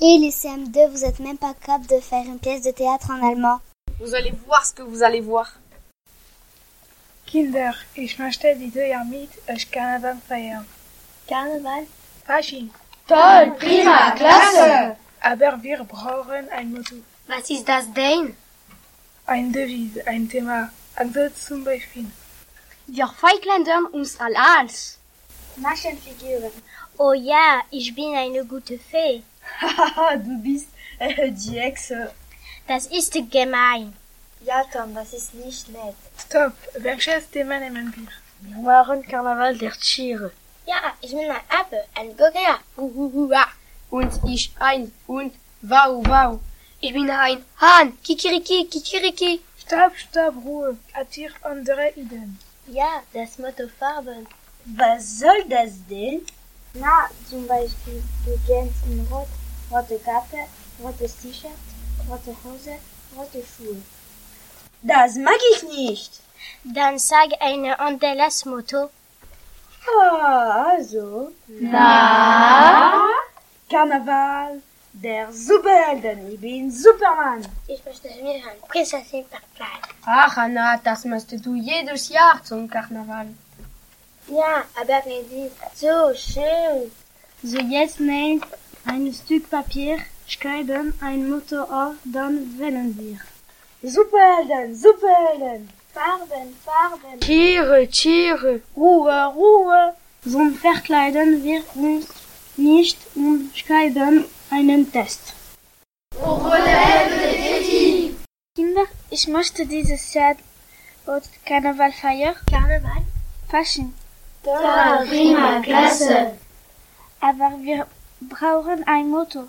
Et les CM2, vous êtes même pas capable de faire une pièce de théâtre en allemand. Vous allez voir ce que vous allez voir. Kinder, ich möchte die Döjer mit euch Karneval feiern. Karneval? Fasching. Toll, prima, klasse! Aber wir brauchen ein Motto. Was ist das denn? Ein Devise, ein Thema. Also zum Beispiel. Wir verkleiden uns als. Maschenfiguren. Oh ja, ich bin eine gute Fee. Haha, du bist äh, die Hexe. Das ist gemein. Ja, Tom, das ist nicht nett. Stopp, welches Thema nehmen wir? Wir machen Karneval der Tiere. Ja, ich bin ein Affe, ein Gorilla. Uhuhua. Und ich ein und wow wow. Ich bin ein Hahn. Kikiriki, kikiriki. Stopp, stopp, Ruhe. Habt ihr andere Ideen? Ja, das Motto Farben. Was soll das denn? Na, zum Beispiel, du gehst in Rot, rote Kappe, rotes T-Shirt, rote Hose, rote Schuhe. Das mag ich nicht. Dann sag eine anderes Motto. Ah, also. Na? Karneval. Der Superhelden. Ich bin Superman. Ich möchte mir ein Prinzessin verkleiden. Ach, Anna, das machst du jedes Jahr zum Karneval. Ja, aber wir sind so schön. So, jetzt nehmt ein Stück Papier, schreiben ein Motto auf, dann wählen wir. Superhelden, Superhelden. Farben, Farben. Tiere, Tiere. Ruhe, Ruhe. So verkleiden wir uns nicht und schreiben einen Test. Kinder, ich möchte dieses Jahr und Karneval feiern. Karneval? Fasching. Toll, prima, klasse. Aber wir brauchen ein Motto.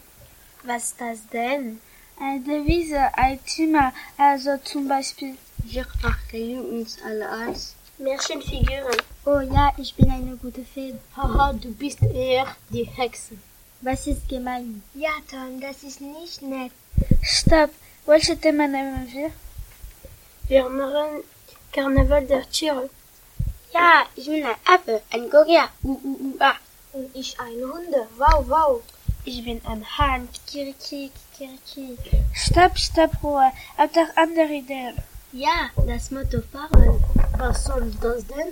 Was ist das denn? Eine Devise, ein Thema, also zum Beispiel. Wir verkleiden uns alle als. Märchenfiguren. Oh ja, ich bin eine gute Fee. Haha, du bist eher die Hexe. Was ist gemein? Ja, Tom, das ist nicht nett. Stopp, welche Thema nehmen wir? Wir machen Karneval der Tiere. Ja, ich bin ein Affe, ein Gorilla. Uh, uh, uh, ah. Und ich ein Hunde. Wow, wow. Ich bin ein Hahn. Kiriki, kiriki. Stopp, stopp, Ruhe. Habt ihr andere Ideen? Ja, das Motto Farben. Was soll das denn?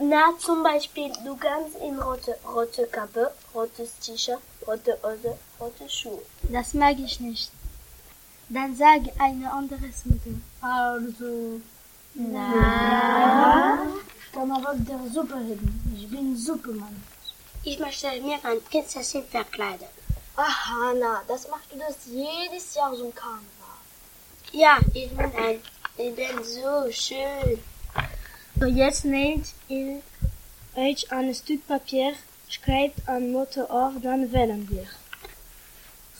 Na, zum Beispiel, du kannst in rote, rote Kappe, rotes T-Shirt, rote Hose, rote Schuhe. Das mag ich nicht. Dann sag eine anderes Motto. Also. Na? Karneval der Superhelden. Ich bin Superman. Ich möchte mir ein Prinzessin verkleiden. Ach, Hanna, das machst du das jedes Jahr zum Karneval. Ja, ich bin ein, ich bin so schön. So, jetzt nehmt ihr euch ein Stück Papier, schreibt ein Motto auf, dann wählen wir.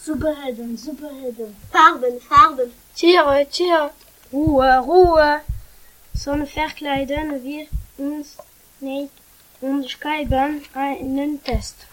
Superhelden, Superhelden. Farben, Farben. Tiere, Tiere. Ruhe, Ruhe. Sonne verkleiden wir uns nicht und schreiben einen Test.